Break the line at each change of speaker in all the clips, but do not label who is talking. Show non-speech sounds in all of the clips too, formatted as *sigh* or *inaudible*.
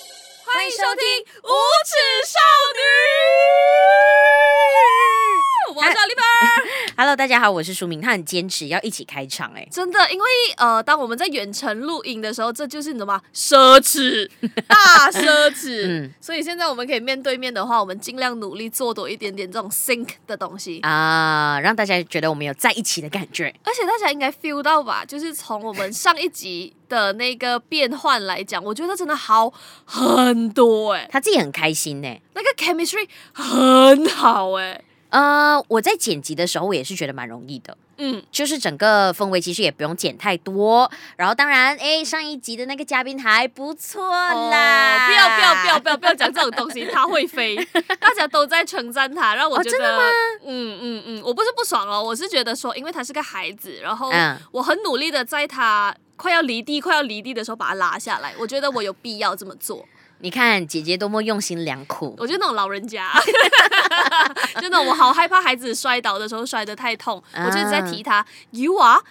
迎收听《无耻少女》，我是 Oliver。
Hello，大家好，我是舒明。他很坚持要一起开场、欸，
*laughs* 真的，因为呃，当我们在远程录影的时候，这就是你懂吗？奢侈， *laughs* 大奢侈。 *laughs*
嗯
所以现在我们可以面对面的话，我们尽量努力做多一点点这种 sync 的东西。
哎啊，让大家觉得我们有在一起的感觉。
而且大家应该 feel 到吧，就是从我们上一集的那个变换来讲，我觉得真的好很多哎、
他自己很开心呢、欸
那个 chemistry 很好哎、
呃，我在剪辑的时候，我也是觉得蛮容易的，
嗯，
就是整个氛围其实也不用剪太多。然后当然，哎，上一集的那个嘉宾还不错
哦
啦。
不要不要不要不要不要讲这种东西，它会
*laughs*
飞，大家都在称赞它，让我
哦
觉
真的
得，嗯嗯嗯，我不是不爽哦，我是觉得说，因为他是个孩子，然后
嗯
我很努力的在他快要离地、快要离地的时候把他拉下来，我觉得我有必要这么做。
你看姐姐多么用心良苦。
我觉得那种老人
*laughs*
家， *laughs* 真的，我好害怕孩子摔倒的时候摔得太痛，
啊
我就一直在提他，You are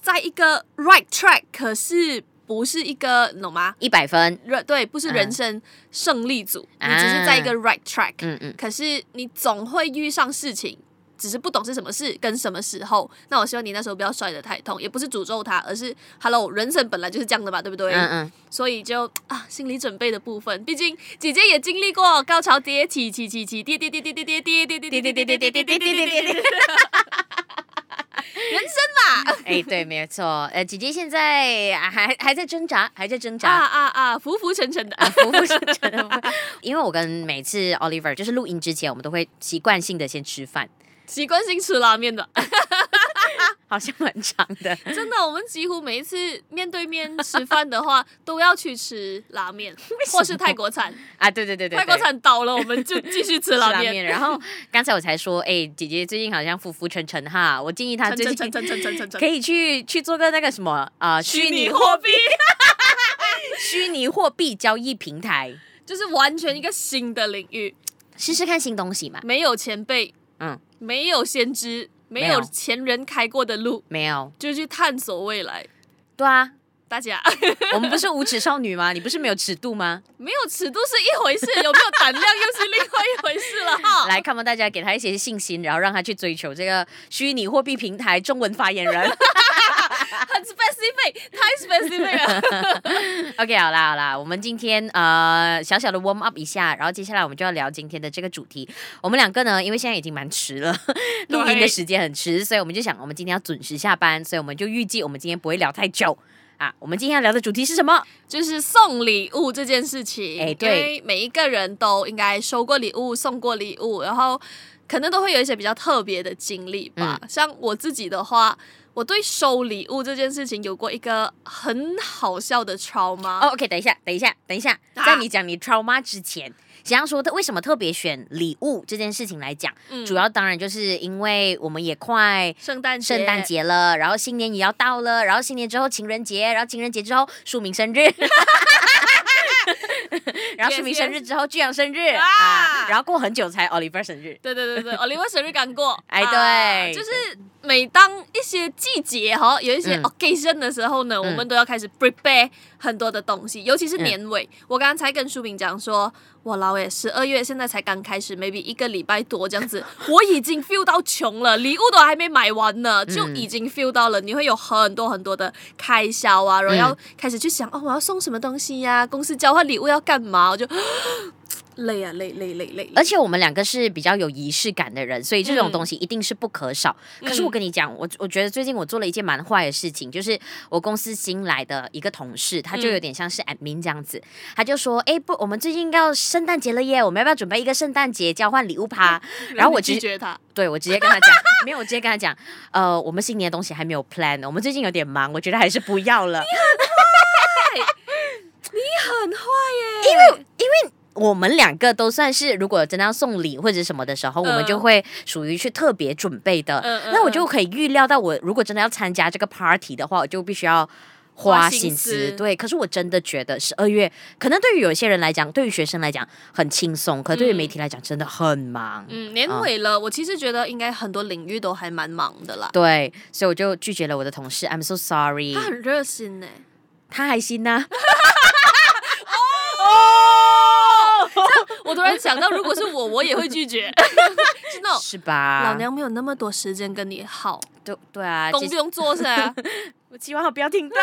在一个 right track，可是不是一个，你懂吗？
一百分，
人对，不是
嗯
人生胜利组，
啊
你只是在一个 right track，、
嗯嗯，
可是你总会遇上事情，只是不懂是什么事跟什么时候。那我希望你那时候不要摔得太痛，也不是诅咒他，而是 hello，人生本来就是这样的嘛，对不对？
嗯嗯，
所以就啊，心理准备的部分，毕竟姐姐也经历过高潮迭起，起起起，跌跌跌跌跌跌跌跌跌跌跌跌跌跌跌跌跌跌跌跌，人生嘛。
哎，对，没有错。呃，姐姐现在啊还还在挣扎，还在挣
啊
扎。
啊啊！浮浮沉沉的，
啊，服务是真的不，因为我跟每次 Oliver 就是录音之前，我们都会习惯性的先吃饭，
习惯性吃拉面的，
好像蛮长的。
真的，我们几乎每一次面对面吃饭的话，都要去吃拉
*laughs*
面，
什么
或是泰国餐。
啊，对对对对，
泰国
对
餐倒了，我们就继续吃
吃
拉
拉
面。
*laughs* 面。然后刚才我才说，哎、姐姐最近好像浮浮沉沉哈，我建议她
成
最
成
近
成成成成
可
*laughs* 成，
以去去做个那个什么啊、呃虚拟货
货币 *laughs*
虚拟货币交易平台，
就是完全一个新的领域，
试试看新东西嘛。
没有前辈，
嗯，
没有先知，没
没
有
有
前人开过的路，
没有，
就去探索未来。
对啊，
大家 *laughs*
我们不是无耻少女吗？你不是没有尺度吗？
没有尺度是一回事，有没有胆量又是另外一回事了
*laughs*
哈。
来，看望大家给她一些信心，然后让她去追求这个虚拟货币平台中文发言 *laughs* 人。
很 specific，太 specific 了。
OK，好啦好啦，我们今天呃小小的 warm up 一下，然后接下来我们就要聊今天的这个主题。我们两个呢，因为现在已经蛮迟 *laughs* 了，录音的时间很迟，所以我们就想我们今天要准时下班，所以我们就预计我们今天不会聊太久。啊，我们今天要聊的主题是什么？
就是送礼物这件事情，
哎
因
对
为每一个人都应该收过礼物、送过礼物，然后可能都会有一些比较特别的经历吧。
嗯
像我自己的话，我对收礼物这件事情有过一个很好笑的 trauma。
哦、o k 等一下，等一下，等一下，
啊
在你讲你 trauma 之前，想要说的为什么特别选礼物这件事情来讲，
嗯
主要当然就是因为我们也快
圣诞节，
圣诞，节了，然后新年也要到了，然后新年之后情人节，然后情人节之后庶民
*laughs*
生日， *laughs* 然后庶民生日之后巨阳生日
啊
啊，然后过很久才 Oliver 生日。
对对对哦对，我离我生日刚过，
*laughs* 哎
啊
对
就是每当一些季节哈，有一些
嗯
occasion 的时候呢，我们都要开始 prepare 很多的东西，尤其
嗯
是年尾。我刚才跟舒敏讲说，我老诶，十二月现在才刚开始，maybe 一个礼拜多这样
*laughs*
子，我已经 feel 到穷了，礼物都还没买完呢，
嗯
就已经 feel 到了，你会有很多很多的开销
嗯
啊，然后要开始去想哦，我要送什么东西呀、公司交换礼物要干嘛？我就 *gasps* 累啊，累累累累。
而
且
且我们两个是比较有仪式感的人，所以这
嗯
种东西一定是不可少。可是我跟你讲，我我觉得最近我做了一件蛮坏的事情，就是我公司新来的一个同事，他
嗯
就有点像是 admin 这样子，他就说：“哎，不，我们最近要圣诞节了耶，我们要不要准备一个圣诞节交换礼物趴？”然后我直
拒绝他。
对，我直接跟他讲，没有，我直接跟他讲，呃，我们新年的东西还没有 plan，我们最近有点忙，我觉得还是不要了，
很坏耶，
因为因为。我们两个都算是，如果真的要送礼或者什么的时候，我们就
嗯
会属于去特别准备的。
嗯嗯
那我就
嗯
可以预料到，我如果真的要参加这个 party 的话，我就必须要
花
花
心
心
思
思。对，可是我真的觉得十二月，可能对于有些人来讲，对于学生来讲很轻松，可对于媒体来讲真的很忙。
嗯，年尾了，我其实觉得应该很多领域都还蛮忙的啦。
对，所以我就拒绝了我的同事。I'm so sorry。
他很热心呢、
他还行呐、
*laughs* 然想到，如果是我，我也会拒绝， *laughs* 是那种
是吧？
哦老娘没有那么多时间跟你耗，
对对啊，
工
其
不
实
用做噻、啊。
我希望他不要听到。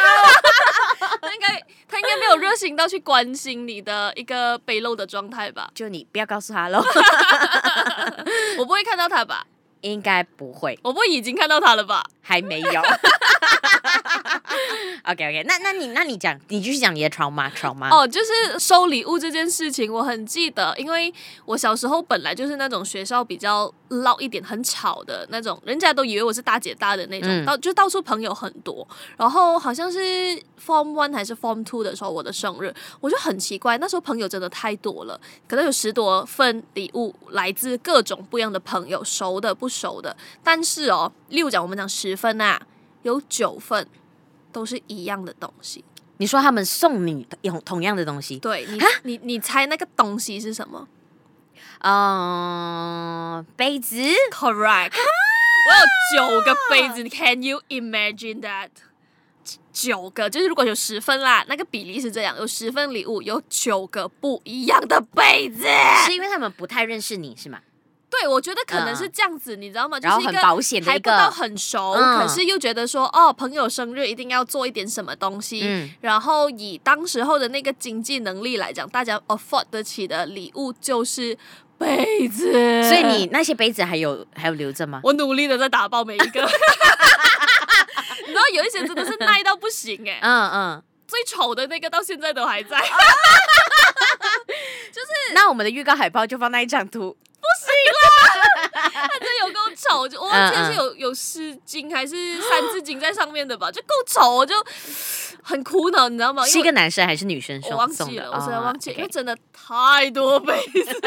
他应该他应该没有热情到去关心你的一个背漏的状态吧？
*laughs* 就你不要告诉
*laughs*
他喽，
我不会看到他吧？
应该不会，
我不会已经看到他了吧？
还没有。OK OK，那那你那你讲，你继续讲你的 trauma trauma。
哦，就是收礼物这件事情，我很记得，因为我小时候本来就是那种学校比较闹一点、很吵的那种，人家都以为我是大姐大的那种，
嗯
到就到处朋友很多。然后好像是 Form One 还是 Form Two 的时候，我的生日，我就很奇怪，那时候朋友真的太多了，可能有十多份礼物来自各种不一样的朋友，熟的不熟的。但是哦，六讲我们讲十份啊，有九份都是一样的东西。
你说他们送你同同样的东西，
对你，你你猜那个东西是什么
嗯、杯子，
？Correct，我有九个杯子，Can you imagine that？九个，就是如果有十分啦，那个比例是这样：有十份礼物，有九个不一样的杯子。
是因为他们不太认识你是吗？
对，我觉得可能是这样子，你知道吗？就
然后
是一
很
个
保险的
还
一
不到
个，
很熟，
嗯
可是又觉得说，哦，朋友生日一定要做一点什么东西，
嗯，
然后以当时候的那个经济能力来讲，大家 afford 得起的礼物就是杯子。
所以你那些杯子还有还有留着吗？
我努力的在打爆每一个。 *laughs* 然后有一些真的是耐到不行哎、
嗯嗯，
最丑的那个到现在都还在。
那我们的预告海报就放那一张图，
*laughs* 真的有够丑，就我忘
嗯
记了是有有湿巾还是三字经在上面的吧，就够丑，我就很苦恼，你知道吗？哦
是
因
一
为
个男生还是女生送
我忘
送
记
的？
了，我真的忘记了，
哦
因为
OK
真的太多杯子，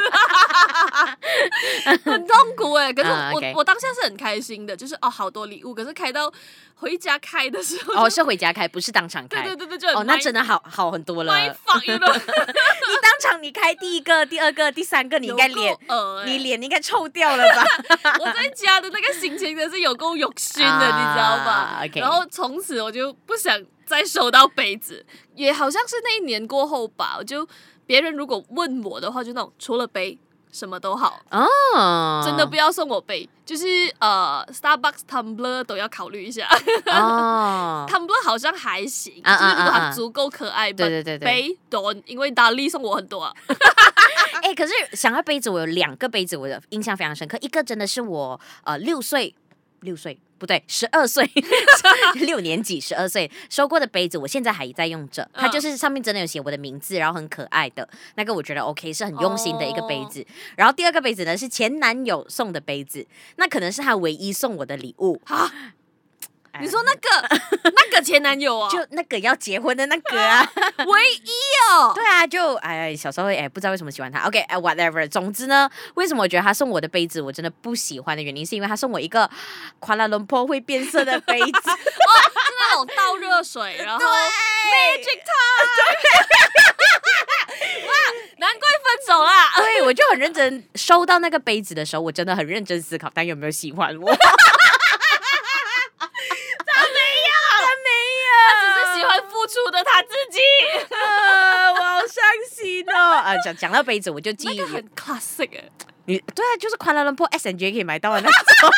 *laughs* 很痛苦哎、可是
嗯
我
，OK
我当下是很开心的，就是哦好多礼物，可是开到回家开的时候
哦，
就，
是回家开，不是当场
对
开。
对对对，就很
哦，那
埋
真的好好很多了。
埋放一个。
你当场你开第一个、第二个、第三个，你应该脸，
呃、
*laughs* 你脸应该臭掉了 *laughs* 吧？
我在家的那个心情真是有够有心的，你知道吧
啊，OK
然后从此我就不想再收到杯子，也好像是那一年过后吧，我就别人如果问我的话，就那种除了杯什么都好，
哦
真的不要送我杯，就是呃，Starbucks tumbler 都要考虑一下
哦，
*laughs* ，tumbler 好像还行，
啊
就是如果
啊啊
它
啊
足够可爱，
对对对对。
杯 don，因为达利送我很多、啊，
哎、可是想要杯子，我有两个杯子，我的印象非常深刻。一个真的是我呃六岁，六岁不对，十二岁， *laughs* 六年级十二岁收过的杯子，我现在还在用着。它
嗯
就是上面真的有写我的名字，然后很可爱的那个，我觉得 OK，是很用心的一个杯
哦
子。然后第二个杯子呢是前男友送的杯子，那可能是他唯一送我的礼物。
啊
哎
你说那个
*laughs*
那个前男友啊、
就那个要结婚的那个啊，
唯一哦，
对啊，就哎，小时候哎，不知道为什么喜欢他。OK，哎，whatever。总之呢，为什么我觉得他送我的杯子我真的不喜欢的原因，是因为他送我一个夸拉伦坡会变色的
*laughs*
杯子。
哦是那种倒热水，然后
对，
难怪分手啦。 *laughs*
对，哎我就很认真收到那个杯子的时候，我真的很认真思考，他有没有喜欢
*laughs*
我？
他只是喜欢付出的他自己。 *laughs*
呃我好伤心哦。啊，讲讲到杯子，我就记忆
那个很 classic 哎、
你对啊，就是夸拉伦坡 S N J 可以买到的那种。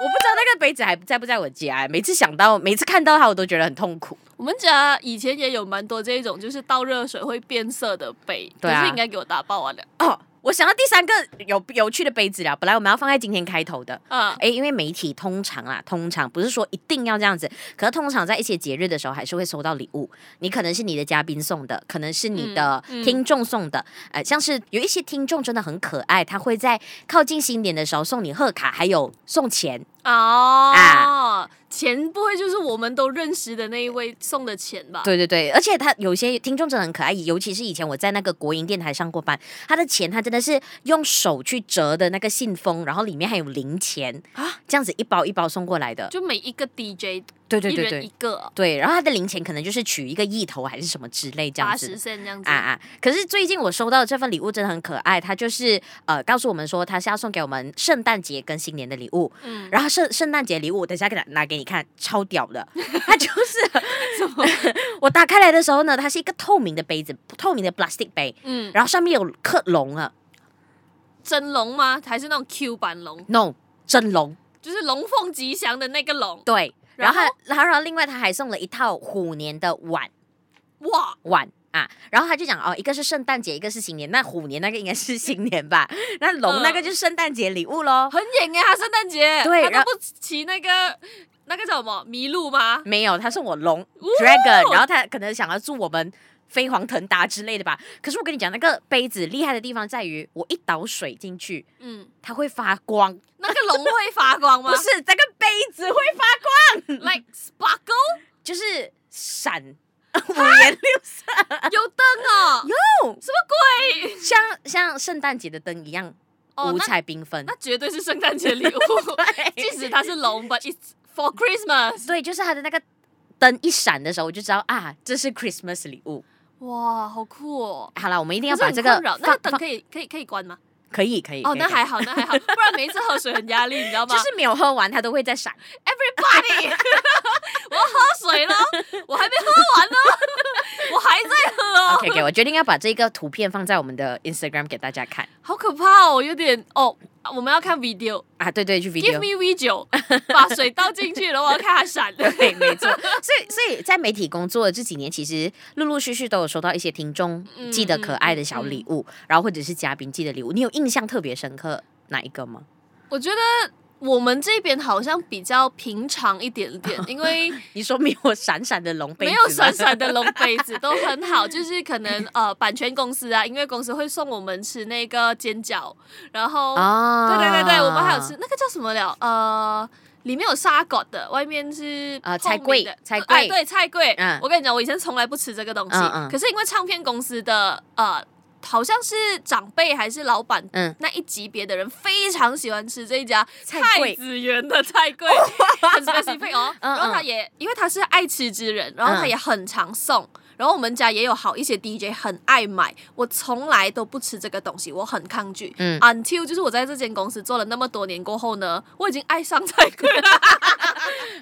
我不知道那个杯子还在不在我家，每次想到，每次看到它，我都觉得很痛苦。
*laughs* 我们家以前也有蛮多这一种，就是倒热水会变色的杯，
对啊
可是应该给我打爆完了。
哦，我想到第三个有有趣的杯子了，本来我们要放在今天开头的。
啊，
诶，因为媒体通常啊，通常不是说一定要这样子，可是通常在一些节日的时候，还是会收到礼物。你可能是你的嘉宾送的，可能是你的
嗯嗯
听众送的，呃，像是有一些听众真的很可爱，他会在靠近新年的时候送你贺卡，还有送钱。
哦，
啊
钱不会就是我们都认识的那一位送的钱吧？
对对对，而且他有些听众真的很可爱，尤其是以前我在那个国营电台上过班，他的钱他真的是用手去折的那个信封，然后里面还有零钱
啊
这样子一包一包送过来的。
就每一个 DJ
对对
一
对
人一
对
个
对，然后他的零钱可能就是取一个亿头还是什么之类这样
八
子
十。线这样子
啊。啊！可是最近我收到的这份礼物真的很可爱，它就是呃告诉我们说它是要送给我们圣诞节跟新年的礼物。
嗯，
然后圣圣诞节礼物，我等一下给拿拿给你看，超屌的。它就是
什么？
我打开来的时候呢，它是一个透明的杯子，透明的 plastic 杯， *laughs*
嗯，
然后上面有刻龙啊
真龙吗？还是那种 Q 版龙？
，no 真龙，
就是龙凤吉祥的那个龙。
对。然后
然后
它，然后，然后，另外他还送了一套虎年的碗
哇，
碗啊。然后他就讲哦，一个是圣诞节，一个是新年。那虎年那个应该是新年吧？ *laughs* 那龙
嗯
那个就是圣诞节礼物喽。
很演哎，他圣诞节，
对
他
然
都不骑那个那个叫什么麋鹿吗？
没有，他送我龙
哦
dragon，然后他可能想要祝我们飞黄腾达之类的吧。可是我跟你讲，那个杯子厉害的地方在于，我一倒水进去，
嗯，
它会发光，
那个龙会发光吗
不是这个杯子会发光，
？Like sparkle，
就是闪
*laughs*
五颜六色，
有灯哦，
有
什么鬼？
像像圣诞节的灯一样
哦，
五
那
彩缤纷。 *laughs*
那绝对是圣诞节礼物，即使它是龙，but it's for Christmas。
对，就是它的那个灯一闪的时候，我就知道啊，这是 Christmas 礼物。
哇，好酷哦！
好了，我们一定
你
要把这个
困扰，那
放
个灯
放
可以可以可以关吗？
可以可以
哦，
可以
那
可以
还好，那还好，不然每一次喝水很压力，你知道吗？
就是没有喝完，它都会在闪。
everybody，我要喝水了，我还没喝完呢，我还在喝哦
*laughs* OK，OK，、我决定要把这个图片放在我们的 Instagram 给大家看
好可怕哦，有点哦。我们要看 video，give
啊。对对，去 video。
me V 九， *laughs* 把水倒进去，然后我要看它闪。
*laughs* 对，没错。所以，所以在媒体工作的这几年，其实陆陆续续都有收到一些听众
嗯
寄的可爱的小礼物，然后或者是嘉宾寄的礼物。你有印象特别深刻哪一个吗？
*laughs* 我觉得我们这边好像比较平常一点点，因为
你说没有闪闪的 *laughs* 龙杯，
没有闪闪。的龙杯子都很好，就是可能呃版权公司啊，音乐公司会送我们吃那个煎饺，然后、
哦，
对对对对，我们还有吃
啊
那个叫什么了？呃，里面有沙葛的，外面是
呃
透
菜
明
桂
的
菜
哎
桂
对菜桂。
嗯
我跟你讲，我以前从来不吃这个东西，
嗯嗯
可是因为唱片公司的呃，好像是长辈还是老板。
嗯，
那一级别的人非常喜欢吃这一家
菜
太
桂
子园的菜
*laughs*
桂，很 specific 哦。
嗯嗯
然后他也因为他是爱吃之人，然后他
嗯
也很常送。然后我们家也有好一些 DJ 很爱买，我从来都不吃这个东西，我很抗拒。
嗯
Until 就是我在这间公司做了那么多年过后呢，我已经爱上菜龟
*laughs*
了。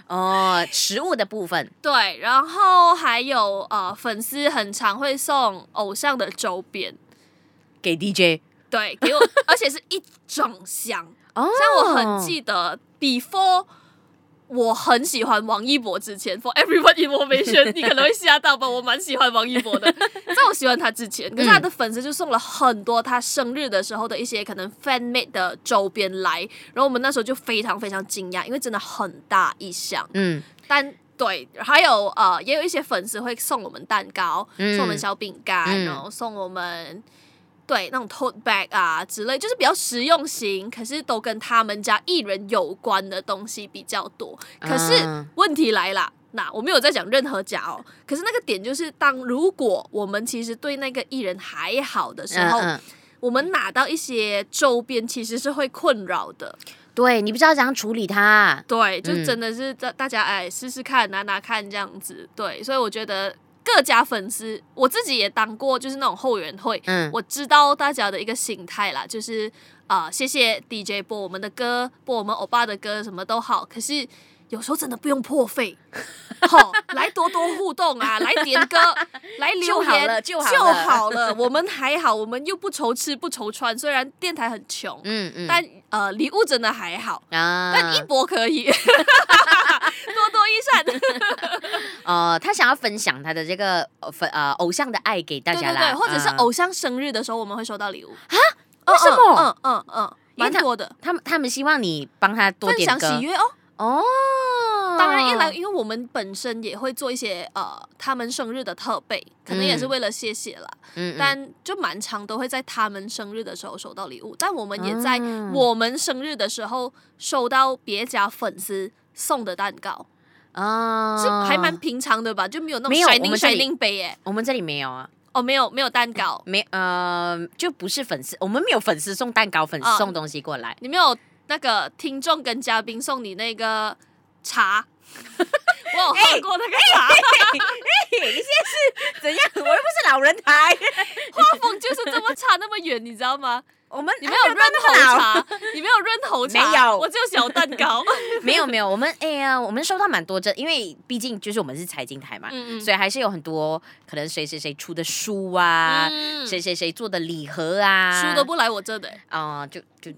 哦，食物的部分，
对，然后还有呃，粉丝很常会送偶像的周边，
给 DJ
对，
*laughs*
给我，而且是一整箱。
哦，
像我很记得，before 我很喜欢王一博之前，for everyone information，你可能会吓到吧？我蛮喜欢王一博的，在我喜欢他之前，可是他的粉丝就送了很多他生日的时候的一些可能 fan made 的周边来，然后我们那时候就非常非常惊讶，因为真的很大一箱，
嗯
但。对，还有呃，也有一些粉丝会送我们蛋糕，
嗯
送我们小饼干，
嗯
然后送我们对那种 tote bag 啊之类，就是比较实用型，可是都跟他们家艺人有关的东西比较多。可是
啊
问题来啦，那我没有在讲任何假哦，可是那个点就是，当如果我们其实对那个艺人还好的时
嗯
候，
嗯，
我们拿到一些周边其实是会困扰的。
对你不知道怎样处理它。
对，就
嗯
真的是大大家哎试试看，拿拿看这样子。对，所以我觉得各家粉丝，我自己也当过就是那种后援会，
嗯，
我知道大家的一个心态啦，就是啊、呃谢谢 DJ 播我们的歌，播我们欧巴的歌，什么都好。可是有时候真的不用破费，吼，来多多互动啊，来点歌，来留
就好
言
了就好了
好了我们还好，我们又不愁吃不愁穿，虽然电台很穷，
嗯嗯，
但呃礼物真的还好。
啊，
但一博可以， *laughs* 多多益善。
呃，他想要分享他的这个呃粉呃偶像的爱 *laughs* 给大
对
家
对
啦，
对，或者是
嗯哦
偶像生日的时候，我们会收到礼物啊？
为什么
嗯嗯嗯嗯，
因为
蛮
他
多的，
他们他们希望你帮他多
分
点
享
歌嗯
喜悦哦。
哦。
当然，一来因为我们本身也会做一些呃他们生日的特备，可能也是为了谢谢啦。
嗯，嗯
但就蛮常都会在他们生日的时候收到礼物，但我们也在
啊
我们生日的时候收到别家粉丝送的蛋糕，
啊
是还蛮平常的吧？就没有那种
没有
shining
我们这里
shining 杯耶。
我们这里没有啊，
哦，没有没有蛋糕，
没呃就不是粉丝，我们没有粉丝送蛋糕，粉丝
啊 *laughs*
送东西过来。 *laughs*
你没有那个听众跟嘉宾送你那个茶，我有喝过那个
哎
茶，
你现在是怎样？我又不是老人台，
画风就是这么差那么远，你知道
*laughs*
吗？
*laughs* 我们
你没有润喉
老
茶，你没有润喉茶，
没有
我只有小蛋糕。
*laughs* 没有没有，我们哎呀，我们收到蛮多这，因为毕竟就是我们是财经台嘛，
嗯嗯
所以还是有很多可能谁谁谁出的书 *laughs* 啊，
嗯
谁谁谁做的礼盒啊，
书都不来我这的、
啊、就就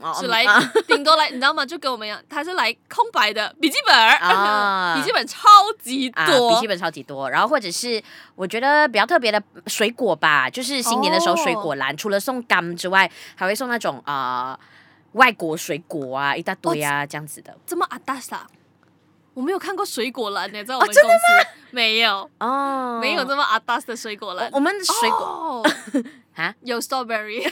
哦
只来
嗯啊
顶多来，你知道吗？就跟我们一样，他是来空白的笔记本儿，
啊
笔记本超级
啊，
多，
笔记本超级多，然后或者是我觉得比较特别的水果吧，就是新年的时候
哦
水果篮，除了送柑之外，还会送那种啊、呃外国水果啊一大堆
哦
啊这样子的
这么阿达萨，我没有看过水果篮呢、在我们公司、没有，
哦
没有这么阿达斯的水果篮
我。我们水果、
果
*laughs* 啊，
哦有 strawberry，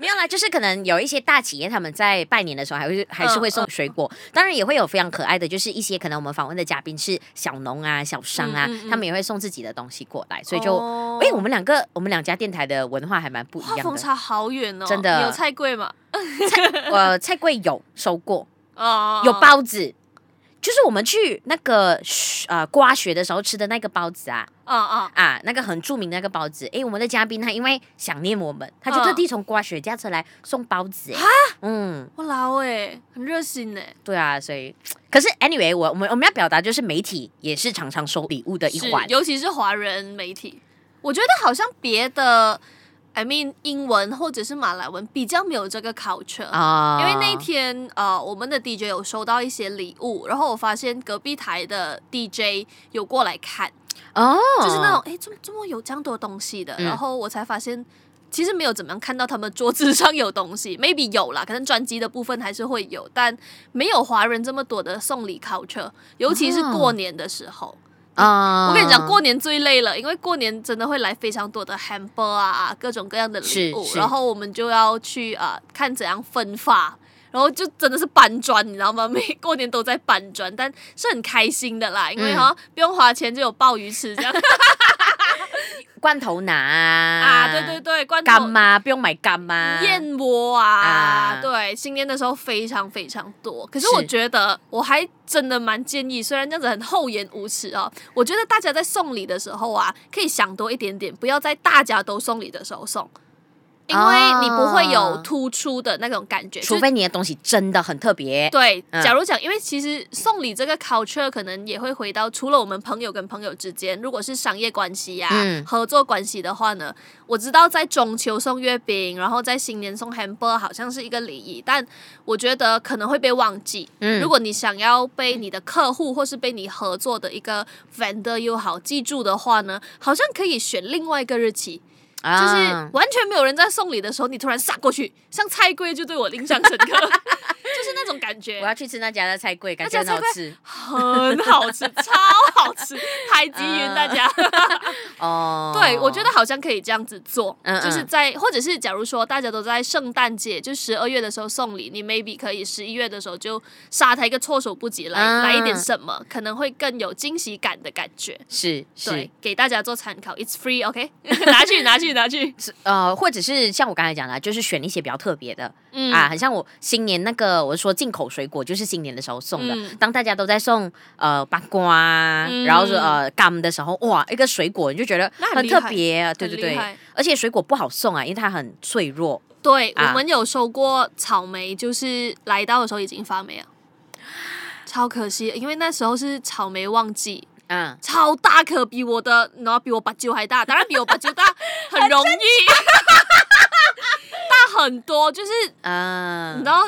没有啦，就是可能有一些大企业他们在拜年的时候还会还是会送水果，
嗯
当然也会有非常可爱的，就是一些可能我们访问的嘉宾是小农啊、小商啊，
嗯嗯嗯
他们也会送自己的东西过来，所以就。
哦
哎、我们两个，我们两家电台的文化还蛮不一
画
样
风
的。
差好远哦，
真的
有菜贵吗？
呃，菜贵有收过，
哦，
有包子，就是我们去那个呃刮雪的时候吃的那个包子啊
啊啊，
啊，那个很著名的那个包子。哎、我们的嘉宾他因为想念我们，他就
嗯
特地从刮雪驾车来送包子、诶嗯，
我老哎，很热心呢，
对啊，所以可是 anyway，我我们我们要表达就是媒体也是常常收礼物的一
是
环，
尤其是华人媒体，我觉得好像别的，I mean 英文或者是马来文比较没有这个 culture
啊
因为那一天呃，我们的 DJ 有收到一些礼物，然后我发现隔壁台的 DJ 有过来看，
哦，
就是那种哎，诶怎么怎么有这样多东西的？
嗯
然后我才发现。其实没有怎么样看到他们桌子 *laughs* 上有东西，maybe 有啦，可能专辑的部分还是会有，但没有华人这么多的送礼 culture，尤其是
哦
过年的时候。
啊
我跟你讲，过年最累了，因为过年真的会来非常多的 hamper 啊，各种各样的礼物
是，是
然后我们就要去啊、呃看怎样分发，然后就真的是搬砖，你知道吗？每过年都在搬砖，但是很开心的啦，因为
嗯
哈、不用花钱就有鲍鱼吃这样
罐头拿啊
啊，对对，对，罐
干
头。
妈不用买干妈，
燕窝啊，
啊
对，新年的时候非常非常多。可是
是
我觉得我还真的蛮建议，虽然这样子很厚颜无耻哦，我觉得大家在送礼的时候啊，可以想多一点点，不要在大家都送礼的时候送，因为你不会有
哦
突出的那种感觉，
除
就
非你的东西真的很特别，
对，
嗯
假如讲，因为其实送礼这个 culture 可能也会回到除了我们朋友跟朋友之间，如果是商业关系呀、
嗯
合作关系的话呢，我知道在中秋送月饼，然后在新年送 hamper 好像是一个礼仪，但我觉得可能会被忘记。
嗯
如果你想要被你的客户或是被你合作的一个 vendor 又好记住的话呢，好像可以选另外一个日期，
啊
就是完全没有人在送礼的时候，你突然杀过去，像菜龟就对我印象
*laughs*
深刻，就是那种感觉。
我要去吃那家的菜贵，感觉
那家
很好
菜贵
吃
很好 *laughs* 吃，超好吃，台吉云大家。
哦。
*laughs* 嗯 *laughs* 对，我觉得好像可以这样子做，
嗯嗯
就是在或者是假如说大家都在圣诞节，就十二月的时候送礼，你 maybe 可以十一月的时候就杀他一个措手不及，来、
嗯
来一点什么，可能会更有惊喜感的感觉。
是是
对，给大家做参考，It's free，OK，、拿 *laughs* 去
*laughs*
拿去拿去，
呃，或者是像我刚才讲的，啊就是选一些比较特别的，
嗯
啊，很像我新年那个，我说进口水果就是新年的时候送的。
嗯
当大家都在送呃八卦啊，
嗯
然后是呃柑的时候，哇，一个水果你就觉得
那很
很
厉
特
害
别啊，对
很
对
厉
对
害，
而且水果不好送啊，因为它很脆弱。
对、
啊
我们有收过草莓，就是来到的时候已经发霉了，超可惜，因为那时候是草莓旺季，
嗯，
超大颗，比我的，然后比我把酒还大，当然比我把酒
*laughs*
大，很容易， *laughs* 大很多，就是你知
嗯，
道，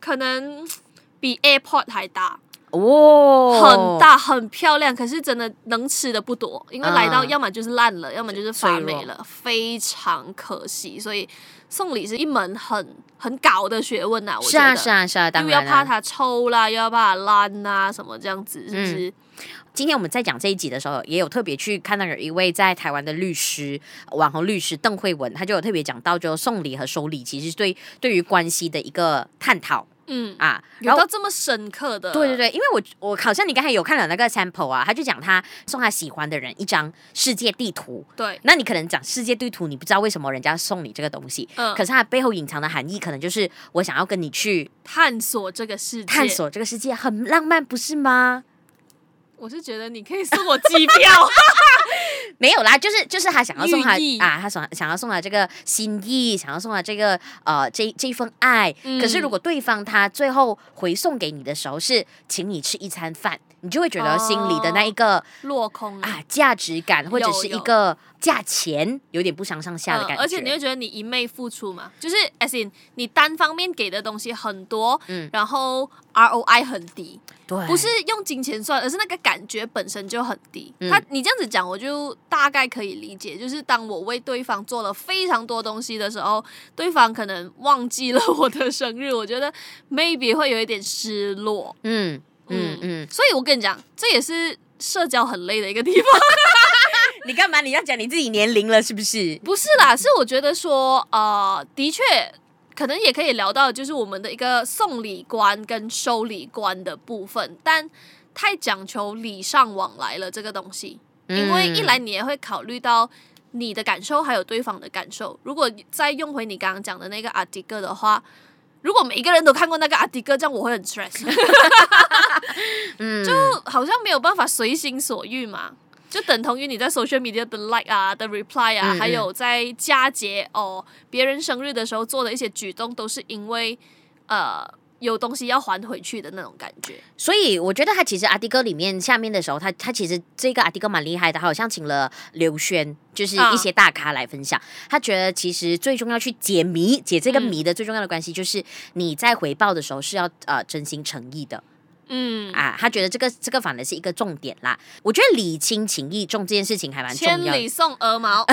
可能比 AirPod 还大，
哦，
很，大，很漂亮，可是真的能吃的不多，因为
嗯
来到要么就是烂了，要么就是发
脆
霉
弱
了，非常可惜，所以送礼是一门很很搞的学问呐、我
是
觉
啊
得。
是啊是啊，当
又要
然啊
怕它臭啦，又要怕它烂啦，什么这样子，是不是？
今天我们在讲这一集的时候，也有特别去看到有一位在台湾的律师，网红律师邓慧文，他就有特别讲到，就送礼和收礼其实对对于关系的一个探讨。
嗯，
啊。
有
然后
到这么深刻的，
对对对，因为我我好像你刚才有看了那个 sample 啊，他就讲他送他喜欢的人一张世界地图。
对，
那你可能讲世界地图，你不知道为什么人家送你这个东西，
嗯，
可是它背后隐藏的含义，可能就是我想要跟你去
探索这个世界，
探，索这个世界，很浪漫，不是吗？
我是觉得你可以送我机
*laughs*
票，
没有啦，就是就是他想要送他
寓意
啊，他想想要送他这个心意，想要送他这个呃这这份爱。
嗯
可是如果对方他最后回送给你的时候是请你吃一餐饭，你就会觉得心里的那一个、
落空了。
啊价值感或者
哦嗯有
是一
有嗯
个价钱有点不相上下的感觉。
而且你会觉得你一昧付出嘛，就是 as in 你单方面给的东西很多，
嗯
然后 ROI 很低，
对
不是用金钱算，而是那个感觉本身就很低。
嗯
他你这样子讲，我就大概可以理解，就是当我为对方做了非常多东西的时候，对方可能忘记了我的生日，我觉得 maybe 会有一点失落。
嗯嗯
嗯
嗯，
所以我跟你讲，这也是社交很累的一个地方。
你干嘛？你要讲你自己年龄了是不是？
不是啦，是我觉得说，呃，的确，可能也可以聊到就是我们的一个送礼观跟收礼观的部分，但太讲求礼尚往来了这个东西，因为一
嗯
来你也会考虑到。你的感受还有对方的感受，如果再用回你刚刚讲的那个阿迪哥的话，如果每一个人都看过那个阿迪哥，这样我会很 stress，
嗯
就好像没有办法随心所欲嘛，就等同于你在 social media 的 like 啊、的 reply 啊，
嗯嗯
还有在佳节哦、别人生日的时候做的一些举动，都是因为呃有东西要还回去的那种感觉。
所以我觉得他其实阿迪哥里面下面的时候，他他其实这个阿迪哥蛮厉害的，他好像请了刘轩，就是
啊
一些大咖来分享。他觉得其实最重要去解谜，解这个
嗯
谜的最重要的关系就是你在回报的时候是要呃真心诚意的
嗯，
啊。他觉得这个这个反而是一个重点啦。我觉得礼轻情意重这件事情还蛮重
千
要的。
里送鹅毛，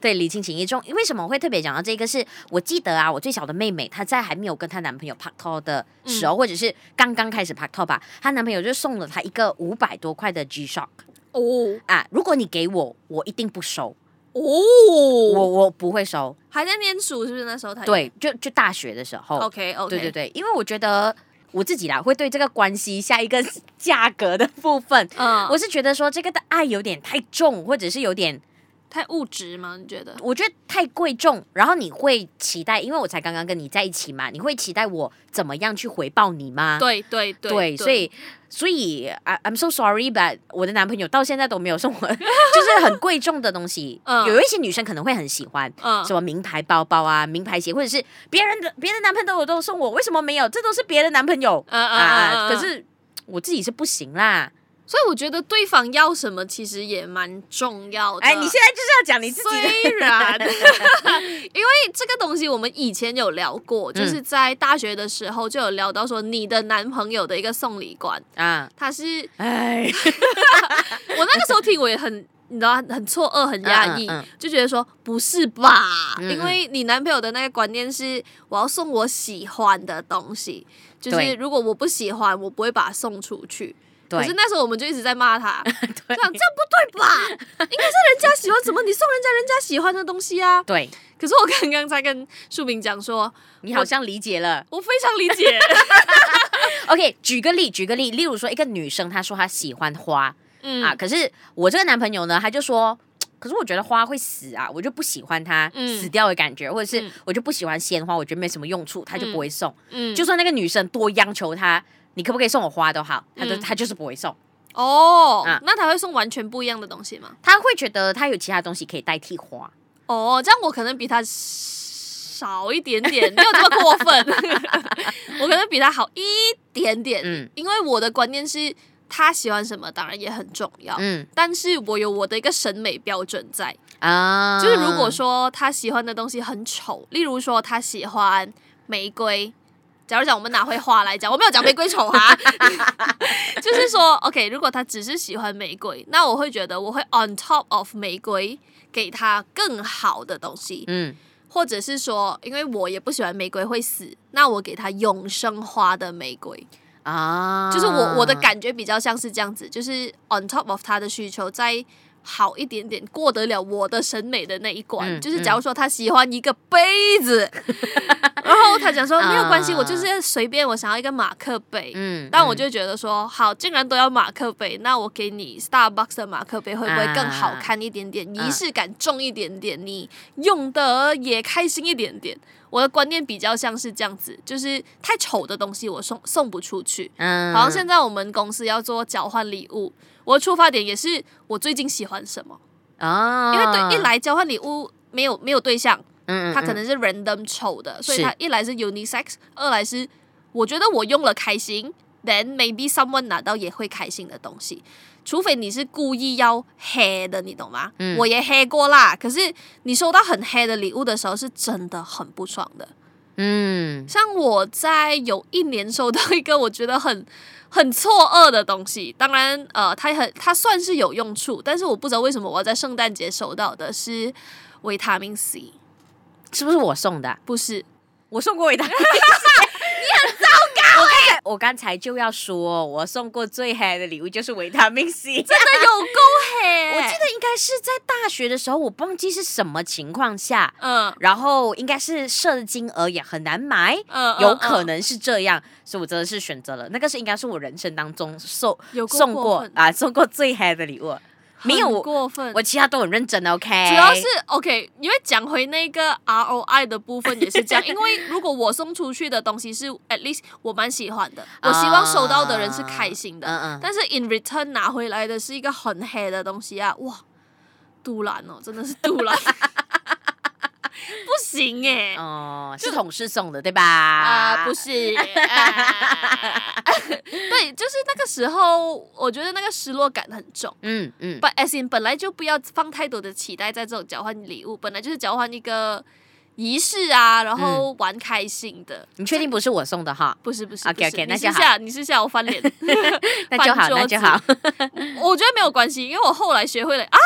对，礼轻情意重。为什么我会特别讲到这个是？我记得啊，我最小的妹妹她在还没有跟她男朋友拍拖的时候，或者是刚刚开始拍拖吧，她男朋友就送了她一个五百多块的 G Shock
哦
啊。如果你给我，我一定不收，我
哦，
我不会收。
还在念书是不是那时候他？
对，就就大学的时候
，OK OK，
对对对，因为我觉得我自己啦，会对这个关系下一个价格的部分，
嗯，
我
我
是觉得说这个的爱有点太重，或者是有点
太物质吗？你觉得？
我觉得太贵重，然后你会期待，因为我才刚刚跟你在一起嘛，你会期待我怎么样去回报你吗？
对对对
所以所以 I I'm so sorry but 我的男朋友到现在都没有送我，就是很贵重的东西。
*laughs* 嗯
有一些女生可能会很喜欢，
嗯
什么名牌包包啊、名牌鞋，或者是别人的别的男朋友都送我，为什么没有？这都是别的男朋友
嗯
啊
嗯嗯嗯
啊！可是我自己是不行啦。
所以我觉得对方要什么其实也蛮重要的。
哎，你现在就是要讲你自己的。
虽然，因为这个东西我们以前有聊
嗯
过，就是在大学的时候就有聊到说你的男朋友的一个送礼观，
*laughs* 啊，
他是
哎，
我那个时候听我也很。 *laughs* 你知道很错愕，很压抑，
嗯嗯嗯
就觉得说不是吧？
嗯嗯
因为你男朋友的那个观念是我要送我喜欢的东西，就
对
是如果我不喜欢，我不会把它送出去。可
对
是，那时候我们就一直在骂他，讲这
*laughs* 对
样不对吧？应
*laughs*
该是人家喜欢什么，你送人家人家喜欢的东西啊。
对，
可是我刚刚在跟树明讲说，
你好像理解了。
我非常理
*laughs*
解，
OK，举个例，举个例，例如说一个女生，她说她喜欢花、
嗯
啊，可是我这个男朋友呢，他就说。可是我觉得花会死啊，我就不喜欢它
嗯
死掉的感觉，或者是
嗯
我就不喜欢鲜花，我觉得没什么用处，他就不会送。
嗯
就算那个女生多央求他，你可不可以送我花都好，他都、
嗯
他就是不会送，
哦，
啊
那他会送完全不一样的东西吗？
他会觉得他有其他东西可以代替花。
哦，这样我可能比他少一点点，没有这么过
*laughs*
分，我可能比他好一点点，
嗯
因为我的观念是他喜欢什么，当然也很重要。
嗯
但是我有我的一个审美标准在，
啊，
就是如果说他喜欢的东西很丑，例如说他喜欢玫瑰，假如讲我们拿回花来讲，我没有讲玫瑰丑哈， *laughs* 就是说 OK，如果他只是喜欢玫瑰，那我会觉得我会 on top of 玫瑰给他更好的东西，
嗯
或者是说，因为我也不喜欢玫瑰会死，那我给他永生花的玫瑰，
啊，嗯
就是我我的感觉比较像是这样子，就是 on top of 他的需求，在好一点点，过得了我的审美的那一关。
嗯
就是假如说他喜欢一个杯
*laughs*
子，然后他讲说没有关系，
啊
我就是随便，我想要一个马克杯。
嗯，
但我就觉得说，好，竟然都要马克杯，那我给你 Starbucks 的马克杯会不会更好看一点点，
啊
仪式感重一点点，你用的也开心一点点。我的观念比较像是这样子，就是太丑的东西我送送不出去。
嗯，
好像现在我们公司要做交换礼物，我的出发点也是我最近喜欢什么，
哦，
因为对一来交换礼物没有没有对象，
嗯，嗯
它可
嗯
能是 random 抽的，所以
是
它一来是 unisex，二来是我觉得我用了开心，then maybe someone 拿到也会开心的东西，除非你是故意要黑的，你懂吗？
嗯
我也黑过啦，可是你收到很黑的礼物的时候，是真的很不爽的。
嗯
像我在有一年收到一个我觉得很 *laughs* 很错愕的东西，当然呃，它很它算是有用处，但是我不知道为什么我要在圣诞节收到的是维他命 C，
是不是我送的啊？
不是
我送过维 *laughs* 他命你很糟糕哎、我刚才就要说，我送过最嗨的礼物就是维他命 C。
真的有够黑
我记得应该是在大学的时候，我忘记是什么情况下，
嗯
然后应该是设的金额也很难买，
嗯，
有可
嗯
能是这样，所以我真的是选择了那个是应该是我人生当中送
嗯有够
送过
分
啊送过最嗨的礼物，没有
很
我
过分，
我其他都很认真，OK，
主要是 OK，因为讲回那个 ROI 的部分也是
*laughs*
这样，因为如果我送出去的东西是 at least 我蛮喜欢的，我希望收到的人是开心的，
啊嗯嗯
但是 in return 拿回来的是一个很黑的东西啊，哇，杜兰哦，真的是杜
*laughs*
兰，不行哎、
哦是同事送的对吧？啊
啊，不是，啊
*laughs*
对，就是那个时候，我觉得那个失落感很重。
嗯嗯，
But as in 本来就不要放太多的期待在这种交换礼物，本来就是交换一个仪式啊，然
嗯
后玩开心的。
你确定不是我送的哈？
不是不是
OK，OK，
不是
那
你
就
私
好
下你私下我翻
*laughs*
脸， *laughs*
那就好，
翻桌
那就好。 *laughs*
我觉得没有关系，因为我后来学会了啊，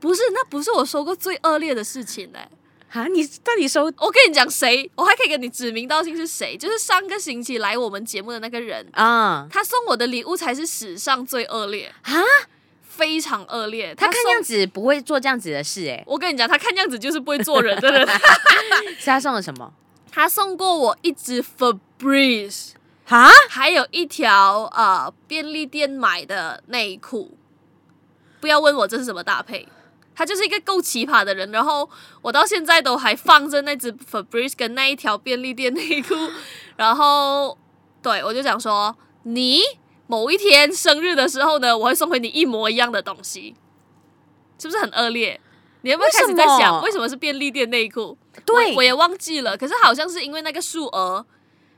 不是那不是我说过最恶劣的事情嘞、
啊，你到底收
我跟你讲谁，我还可以跟你指名道姓是谁，就是上个星期来我们节目的那个人，
啊？
他送我的礼物才是史上最恶劣
啊，
非常恶劣。
他看
送
样，子不会做这样子的事哎，
我跟你讲，他看样子就是不会做人的
*laughs*
人。
是他送了什么？
他送过我一支 Febreze，
哈？
还有一条呃便利店买的内裤。不要问我这是什么搭配，他就是一个够奇葩的人。然后我到现在都还放着那只 Febreze 跟那一条便利店内
*laughs*
裤。然后对我就想说，你某一天生日的时候呢，我会送回你一模一样的东西，是不是很恶劣？你有没有开始在
为什
想
么
为什么是便利店内裤？
对
我我也忘记了，可是好像是因为那个数额，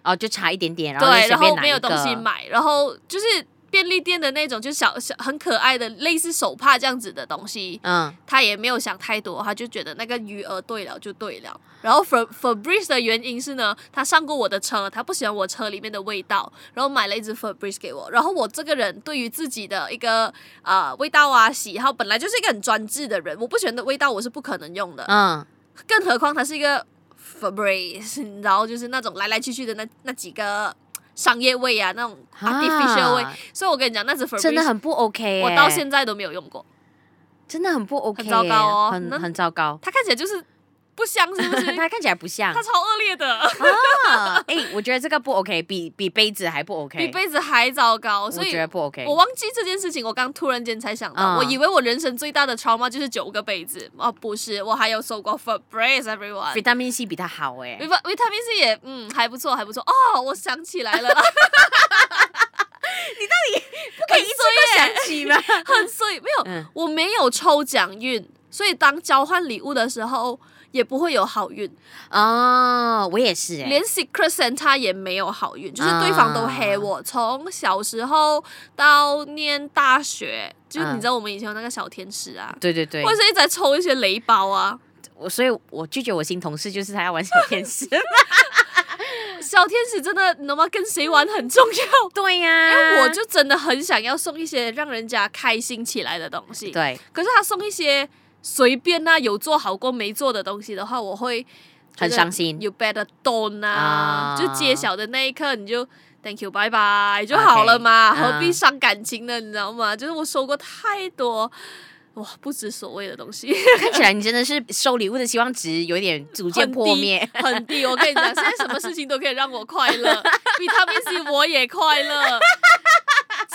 哦，就差一点点，然后
对，
就随
然后
便拿
没有
一个
东西买，然后就是便利店的那种，就小小很可爱的类似手帕这样子的东西，
嗯，
他也没有想太多，他就觉得那个余额对了就对了。然后 Fer Febreze 的原因是呢，他上过我的车，他不喜欢我车里面的味道，然后买了一支 Febreze 给我。然后我这个人对于自己的一个呃味道啊喜好，本来就是一个很专制的人，我不喜欢的味道我是不可能用的。
嗯
更何况它是一个 Febreze，然后就是那种来来去去的那那几个商业味啊，那种 artificial 味。
啊
所以我跟你讲，那只 Febreze
真的很不 OK，
我
欸
到现在都没有用过，
真的很不 OK，
很糟糕哦
欸很
那，
很糟糕
它看起来就是不像，是不是？
*laughs* 他看起来不像
它超恶劣的，
*laughs* 啊，哎，我觉得这个不 OK，比比杯子还不 OK，
比杯子还糟糕，
我
所以
觉。得不 OK，
我忘记这件事情，我刚突然间才想到，
嗯
我以为我人生最大的 trauma 就是九个杯子，哦，不是，我还有收过 Febreze everyone。
维他命 C 比他好哎
维，他维他命 C 也嗯还不错还不错哦，我想起来了，
不可以一直都想起吗？
*laughs* 很碎，没有，
嗯
我没有抽奖运，所以当交换礼物的时候也不会有好运，
哦，我也是哎，
连 Secret Santa 也没有好运，就是对方
啊
都黑我。从小时候到念大学，就是
嗯
你知道我们以前有那个小天使啊，
对对对
或，者是一直在抽一些雷包啊。
我所以，我拒绝我新同事，就是他要玩小天使。嗯
小天使真的，你知道吗？跟谁玩很重要。
*laughs* 对呀、
因为我就真的很想要送一些让人家开心起来的东西，
对
可是他送一些随便啊，有做好过没做的东西的话，我会
很伤心
有 better don't 啊，
啊
就揭晓的那一刻你就 thank you 拜拜就好了嘛
OK，嗯
何必伤感情呢？你知道吗？就是我收过太多。哇不知所谓的东西，
看起来你真的是收礼物的期望值有点逐渐
很
破
低。
灭
很低。我跟你讲，现在什么事情都可以让我快乐，比他命 C 我也快乐。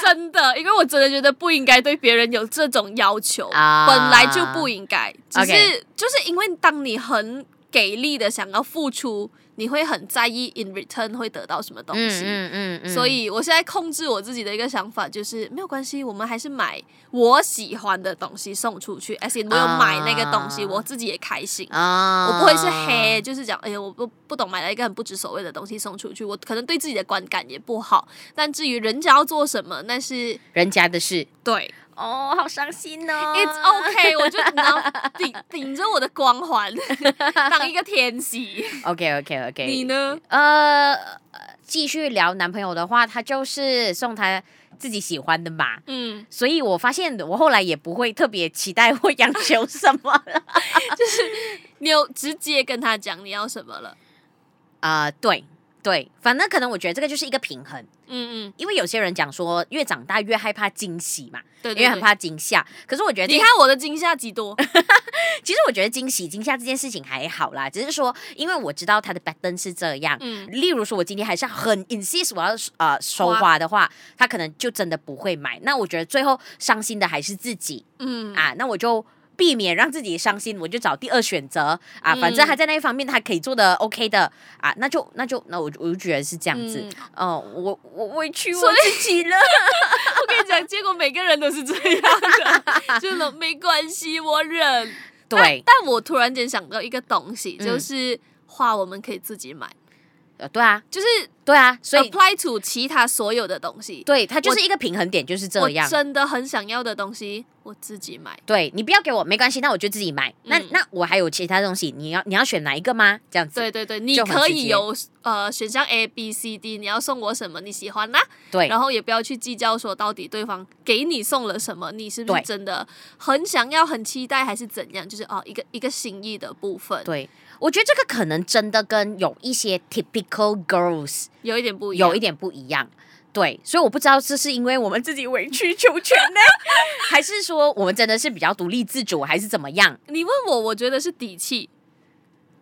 真的，因为我真的觉得不应该对别人有这种要求，
啊
本来就不应该。只是
OK
就是因为当你很给力的想要付出，你会很在意 in return 会得到什么东西。
嗯
所以我现在控制我自己的一个想法就是没有关系，我们还是买我喜欢的东西送出去。而且我有买那个东西，
啊
我自己也开心。
啊
我不会是黑，就是讲，哎呀，我不不懂买了一个很不知所谓的东西送出去，我可能对自己的观感也不好。但至于人家要做什么，那是
人家的事。
对
哦，好伤心哦
，it's OK，我就能顶顶着我的光环，当一个天 *laughs* 使。
OK OK OK。
你呢？
呃，呃继续聊男朋友的话，他就是送他自己喜欢的嘛。
嗯，
所以我发现我后来也不会特别期待 *laughs* 或央求什么了。
你有直接跟他讲你要什么了？
啊、对对，反正可能我觉得这个就是一个平衡，
嗯嗯，
因为有些人讲说越长大越害怕惊喜嘛，
对对
因为很
对。
怕惊吓。可是我觉得这
你看我的惊吓几多？
其实我觉得惊喜惊吓这件事情还好啦，只是说因为我知道他的 pattern 是这样。
嗯，
例如说，我今天还是很 insist 我要呃收
花
花的话，他可能就真的不会买。那我觉得最后伤心的还是自己
嗯
啊，那我就避免让自己伤心，我就找第二选择啊。
嗯
反正他在那一方面他可以做的 OK 的啊，那就那就那我就我就觉得是这样子。
嗯
嗯、我我委屈
所
我
以
自己
*laughs*
了。
我跟你讲，结果每个人都是这样的， *laughs* 就是没关系，我忍。
对，
但，但我突然间想到一个东西，
嗯
就是花我们可以自己买，
呃对啊，
就是
对啊，所以
apply to 其他所有的东西。
对它就是一个平衡点，就是这
我
样。
真的很想要的东西，我自己买。
对你不要给我没关系，那我就自己买。那
嗯
那我还有其他东西，你要你要选哪一个吗？这样子，
对对对，你
就很
可
直
以
接
有呃选项 A、B、C、D，你要送我什么你喜欢啦、
对
然后也不要去计较说到底对方给你送了什么，你是不是
对
真的很想要、很期待，还是怎样？就是哦，一个一个心意的部分，
对我觉得这个可能真的跟有一些 typical girls
有一点不一样。
有一点不一样。对，所以我不知道这是因为我们自己委曲求全呢， *laughs* 还是说我们真的是比较独立自主，还是怎么样？
你问我，我觉得是底气，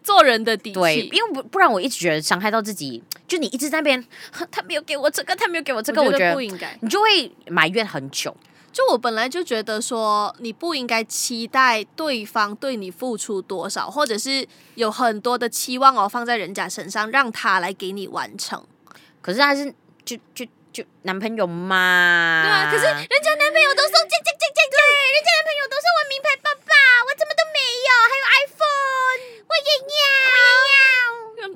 做人的底
对，
气。
因为不不然我一直觉得伤害到自己，就你一直在那边，哼他没有给我这个，他没有给我这个，我觉
不
得
应该。
你就会埋怨很久。
就我本来就觉得说，你不应该期待对方对你付出多少，或者是有很多的期望哦放在人家身上，让他来给你完成。
可是他是就就就男朋友嘛，
对啊可是
人家男朋友都送这这这这这，人家男朋友都送我名牌包包，我怎么都没有，还有 iPhone，我也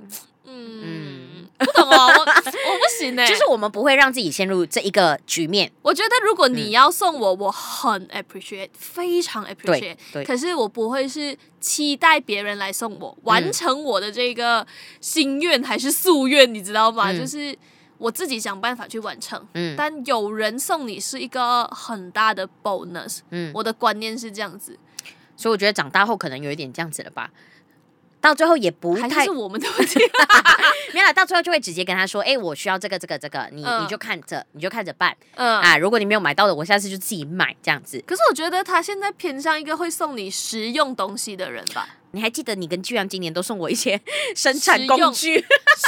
嗯，不懂哦，我我不行欸呢、
*laughs* 就是我们不会让自己陷入这一个局面，
我觉得如果你要送我，我很 appreciate，非常 appreciate
嗯对。对
可是我不会是期待别人来送我，
嗯
完成我的这个心愿还是夙愿，你知道吗？
嗯
就是我自己想办法去完成。
嗯
但有人送你是一个很大的 bonus，
嗯，
我的观念是这样子，
所以我觉得长大后可能有一点这样子了吧。到最后也不
还
太
是我们的
*laughs*
问题。
没有啦，到最后就会直接跟他说：“哎、我需要这个这个这个，你、
嗯
你就看着你就看着办、
嗯，
啊。如果你没有买到的，我下次就自己买这样子。
可是我觉得他现在偏向一个会送你实用东西的人吧，
你还记得你跟巨阳今年都送我一些 *laughs* 生产
实
工
用
具？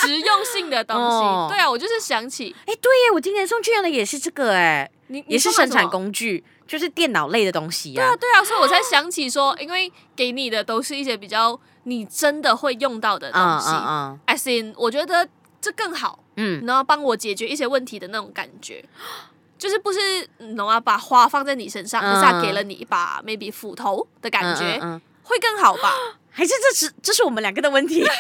实用性的东西。
哦
对啊，我就是想起
*laughs* 哎、对耶，我今年送去的也是这个哎，
你，你
也是
送了
生
什
产
么
工具，就是电脑类的东西呀、
啊，对啊，所以我才想起说，因为给你的都是一些比较你真的会用到的东
嗯
西。
嗯
As in，我觉得这更好，
嗯嗯，
然后帮我解决一些问题的那种感觉。就是不是，嗯懂啊？把花放在你身上，可是他
嗯
给了你一把 maybe 斧头的感觉，
嗯嗯嗯
会更好吧？ *gasps*
还是这是这是我们两个的问题。
到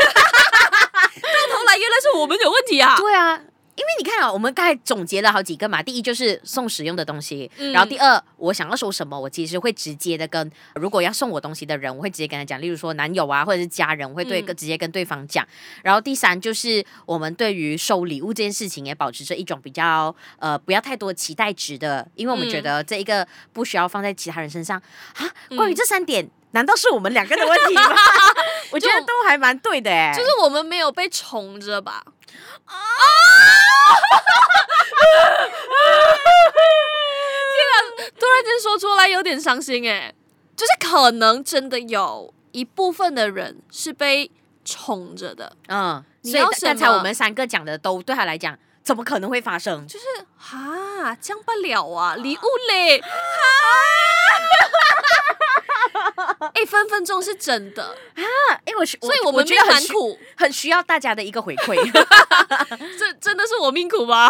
头来原来是我们有问题啊！
对啊，因为你看啊，我们刚才总结了好几个嘛，第一就是送实用的东西，
嗯
然后第二，我想要收什么，我其实会直接的跟如果要送我东西的人，我会直接跟他讲，例如说男友啊，或者是家人，我会对、
嗯
直接跟对方讲。然后第三就是我们对于收礼物这件事情也保持着一种比较呃不要太多期待值的，因为我们
嗯
觉得这一个不需要放在其他人身上啊。
嗯
关于这三点。难道是我们两个的问
*laughs*
题吗？我觉得都还蛮对的哎、
就是我们没有被宠着吧？啊啊！天啊，突然间说出来有点伤心哎、就是可能真的有一部分的人是被宠着的，
嗯，
你
所以
要
刚
什
刚才我
么
们三个讲的都对他来讲，怎么可能会发生？
就是哈，降不了啊，礼物嘞，哈，哎、分分钟是真的，
啊因为我是
所以我
我
们
觉
命
得很
蛮
需
苦，
很需要大家的一个回馈。
*laughs*
*laughs*
这真的是我命苦吗？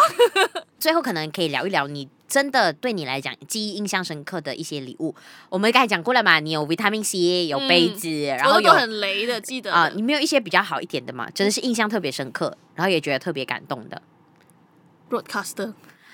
最后可能可以聊一聊你真的对你来讲记忆印象深刻的一些礼物。我们刚才讲过了嘛，你有 vitamin C，有
嗯
杯子，然
我
后
都
有
很雷的，记得的
啊、你没有一些比较好一点的嘛？真的是印象特别深刻，然后也觉得特别感动
*laughs*
的
broadcaster，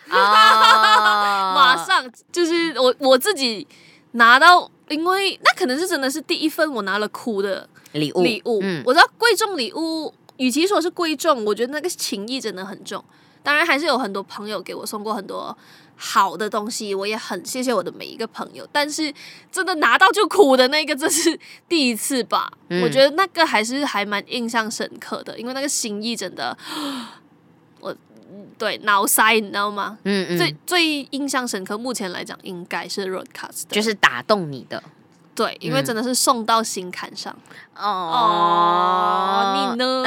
啊
马上就是我我自己拿到，因为那可能是真的是第一份我拿了哭的
礼物
礼物。
嗯
我知道贵重礼物，与其说是贵重，我觉得那个情谊真的很重。当然还是有很多朋友给我送过很多好的东西，我也很谢谢我的每一个朋友。但是真的拿到就哭的那个， *laughs* 这是第一次吧。
嗯
我觉得那个还是还蛮印象深刻的，因为那个心意真的， *gasps* 我嗯对脑塞，你知道吗？
嗯
最
嗯，
最印象深刻，目前来讲应该是 Roadcast，的
就是打动你的
对，因为
嗯
真的是送到心坎上。哦
哦
你
*laughs*
呢？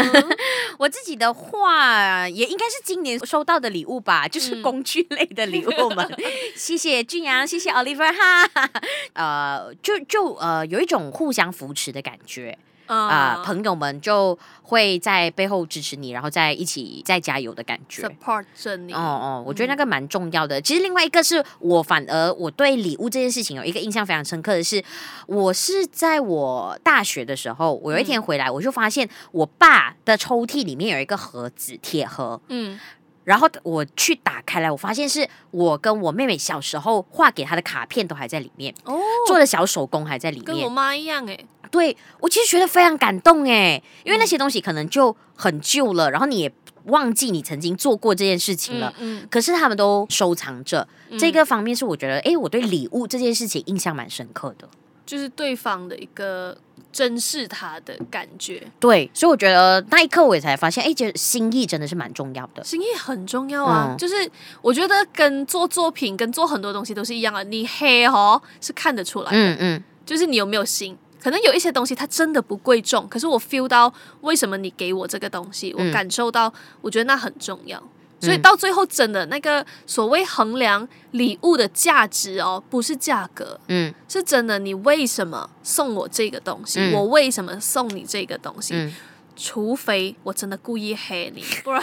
我自己的话，也应该是今年收到的礼物吧，就是
嗯
工具类的礼物们。谢谢俊阳，谢谢 Oliver 哈。呃，就就呃，有一种互相扶持的感觉
嗯
啊、朋友们就会在背后支持你，然后在一起再加油的感觉。
support 着你
哦哦，我觉
嗯
得那个蛮重要的。其实另外一个是我反而我对礼物这件事情有一个印象非常深刻的是，我是在我大学的时候，我有一
嗯
天回来，我就发现我爸的抽屉里面有一个盒子，铁盒。
嗯，
然后我去打开来，我发现是我跟我妹妹小时候画给她的卡片都还在里面，
哦，
做的小手工还在里
跟我
面。
妈一样哎、
对我其实觉得非常感动哎，
嗯
因为那些东西可能就很旧了，然后你也忘记你曾经做过这件事情了。
嗯，
可是他们都收藏着，
嗯
这个方面是我觉得，诶，我对礼物这件事情印象蛮深刻的。
就是对方的一个珍视他的感觉，
对，所以我觉得那一刻我也才发现，诶，这心意真的是蛮重要的。
心意很重要啊。
嗯
就是我觉得跟做作品、跟做很多东西都是一样啊，你黑哦是看得出来的
嗯嗯，
就是你有没有心。可能有一些东西它真的不贵重，可是我 feel 到为什么你给我这个东西，
嗯
我感受到，我觉得那很重要。所以到最后，真的那个所谓衡量礼物的价值哦，不是价格，
嗯，
是真的你为什么送我这个东西，
嗯
我为什么送你这个东西？
嗯
除非我真的故意黑你，不然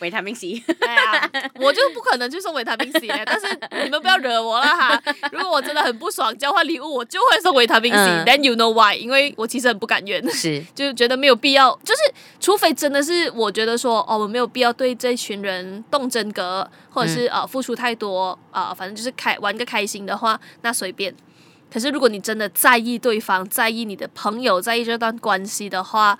维他命 C。
*laughs* 哎呀，我就不可能去送维他命 C 了。但是你们不要惹我了哈！如果我真的很不爽，交换礼物我就会送维他命 C、
嗯
Then you know why？因为我其实很不甘愿，
是，
就觉得没有必要。就是除非真的是我觉得说，哦，我没有必要对这群人动真格，或者是、
嗯
呃付出太多啊、呃反正就是开玩个开心的话，那随便。可是如果你真的在意对方，在意你的朋友，在意这段关系的话，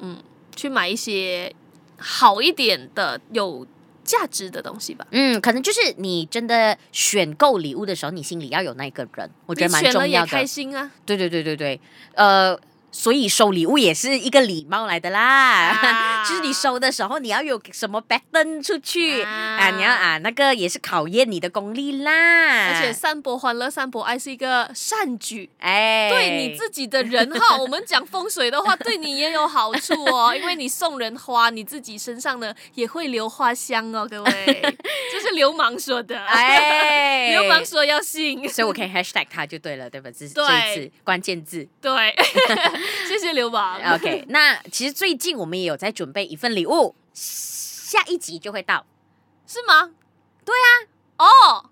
嗯，去买一些好一点的、有价值的东西吧。
嗯，可能就是你真的选购礼物的时候，你心里要有那个人，我
我
觉得蛮
选了
重
也
要
开
的。
心啊！
对对对对对，呃，所以收礼物也是一个礼貌来的啦。
啊
*laughs* 就是你收的时候，你要有什么 back turn 出去啊
啊
你要啊，那个也是考验你的功力啦。
而且散播欢乐、散播爱是一个善举，
哎，
对你自己的人哈，我们讲风水的话，对你也有好处哦，因为你送人花，你自己身上呢也会留花香哦，各位，这是流氓说的，
哎，
流氓说要信，
所以我可以 hashtag 他就对了，对吧？这是
对
这一次关键字。啊
对， *laughs* 谢谢流氓 *laughs*
哎 OK，那其实最近我们也有在准备一份礼物，下一集就会到。
是吗？对啊，哦，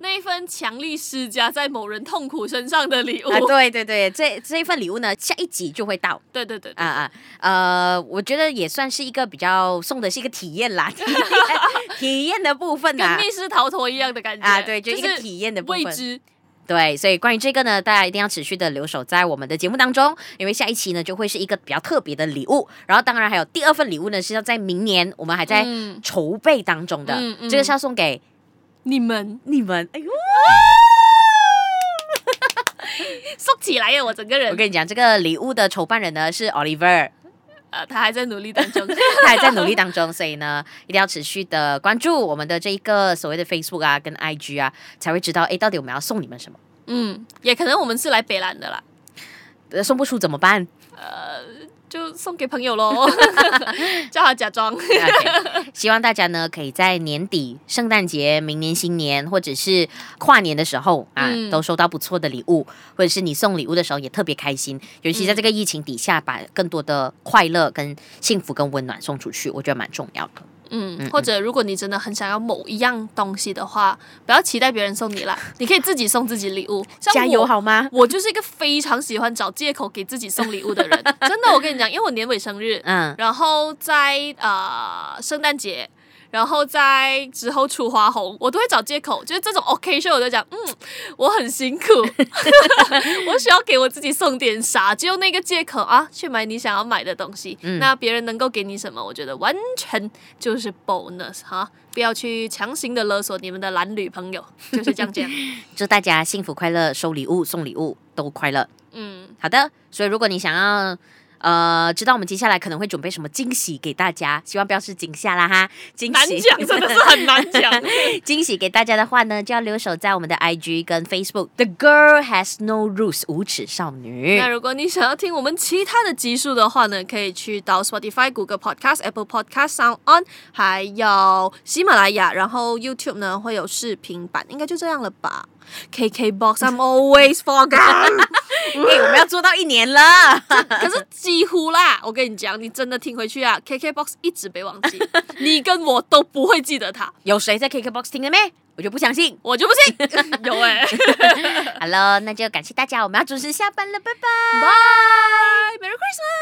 那一份强力施加在某人痛苦身上的礼物
啊，，对对对，这这一份礼物呢，下一集就会到。
对对对对
啊啊，呃，我觉得也算是一个比较送的是一个体验啦，体验体验的部分
跟
啊。
密室逃脱一样的感觉
啊，对，就一个
是
体验的部
未
分。
知。
对，所以关于这个呢，大家一定要持续的留守在我们的节目当中，因为下一期呢就会是一个比较特别的礼物，然后当然还有第二份礼物呢是要在明年我们还在
嗯
筹备当中的，
嗯嗯
这个是要送给
你们
你们。哎呦，
缩起来呀，我整个人
我，跟你讲，这个礼物的筹办人呢是 Oliver，
呃，他还在努力当
*laughs*
中。
他还在努力当中，所以呢一定要持续的关注我们的这一个所谓的 Facebook 啊跟 IG 啊，才会知道哎到底我们要送你们什么。
嗯，也可能我们是来北兰的啦，呃
呃送不出怎么办？
就送给朋友
*laughs*
喽，叫他假装。
OK，希望大家呢可以在年底、圣诞节、明年新年或者是跨年的时候啊，
嗯
都收到不错的礼物，或者是你送礼物的时候也特别开心。尤其在这个疫情底下，把更多的快乐、跟幸福、跟温暖送出去，我觉得蛮重要的。
嗯，或者如果你真的很想要某一样东西的话，不要期待别人送你啦，你可以自己送自己礼
*laughs*
物。像我
加油好吗？
我就是一个非常喜欢找借口给自己送礼物的人，真的，我跟你讲，因为我年尾生日，
嗯，
然后在呃圣诞节，然后在之后出花红，我都会找借口，就是这种 occasion 我就讲，嗯，我很辛苦， *laughs* 我需要给我自己送点啥，就用那个借口啊去买你想要买的东西。
嗯
那别人能够给你什么，我觉得完全就是 bonus 哈，不要去强行的勒索你们的男女朋友，就是这样讲。
祝大家幸福快乐，收礼物、送礼物都快乐。
嗯，
好的，所以如果你想要。呃，知道我们接下来可能会准备什么惊喜给大家，希望不要是惊吓啦哈，惊
难
喜
讲，真的是很难讲。
*laughs* 惊喜给大家的话呢，就要留守在我们的 IG 跟 Facebook。The girl has no rules，无耻少女 *laughs*
那。如果你想要听我们其他的集数的话呢，可以去到 Spotify、谷歌 Podcast、Apple Podcast、Sound On，还有喜马拉雅，然后 YouTube 呢会有视频版，应该就这样了吧。KK Box，I'm always forgot， *laughs*
哎、我们要做到一年了， *laughs*
可是几乎啦，我跟你讲，你真的听回去啊，KK Box 一直被忘记，你跟我都不会记得它，
有谁在 KKBOX 听了没？我就不相信。
我就不
*laughs*
信。有哎、
好了，那就感谢大家，我们要准时下班了，拜拜。
Bye，Merry Christmas。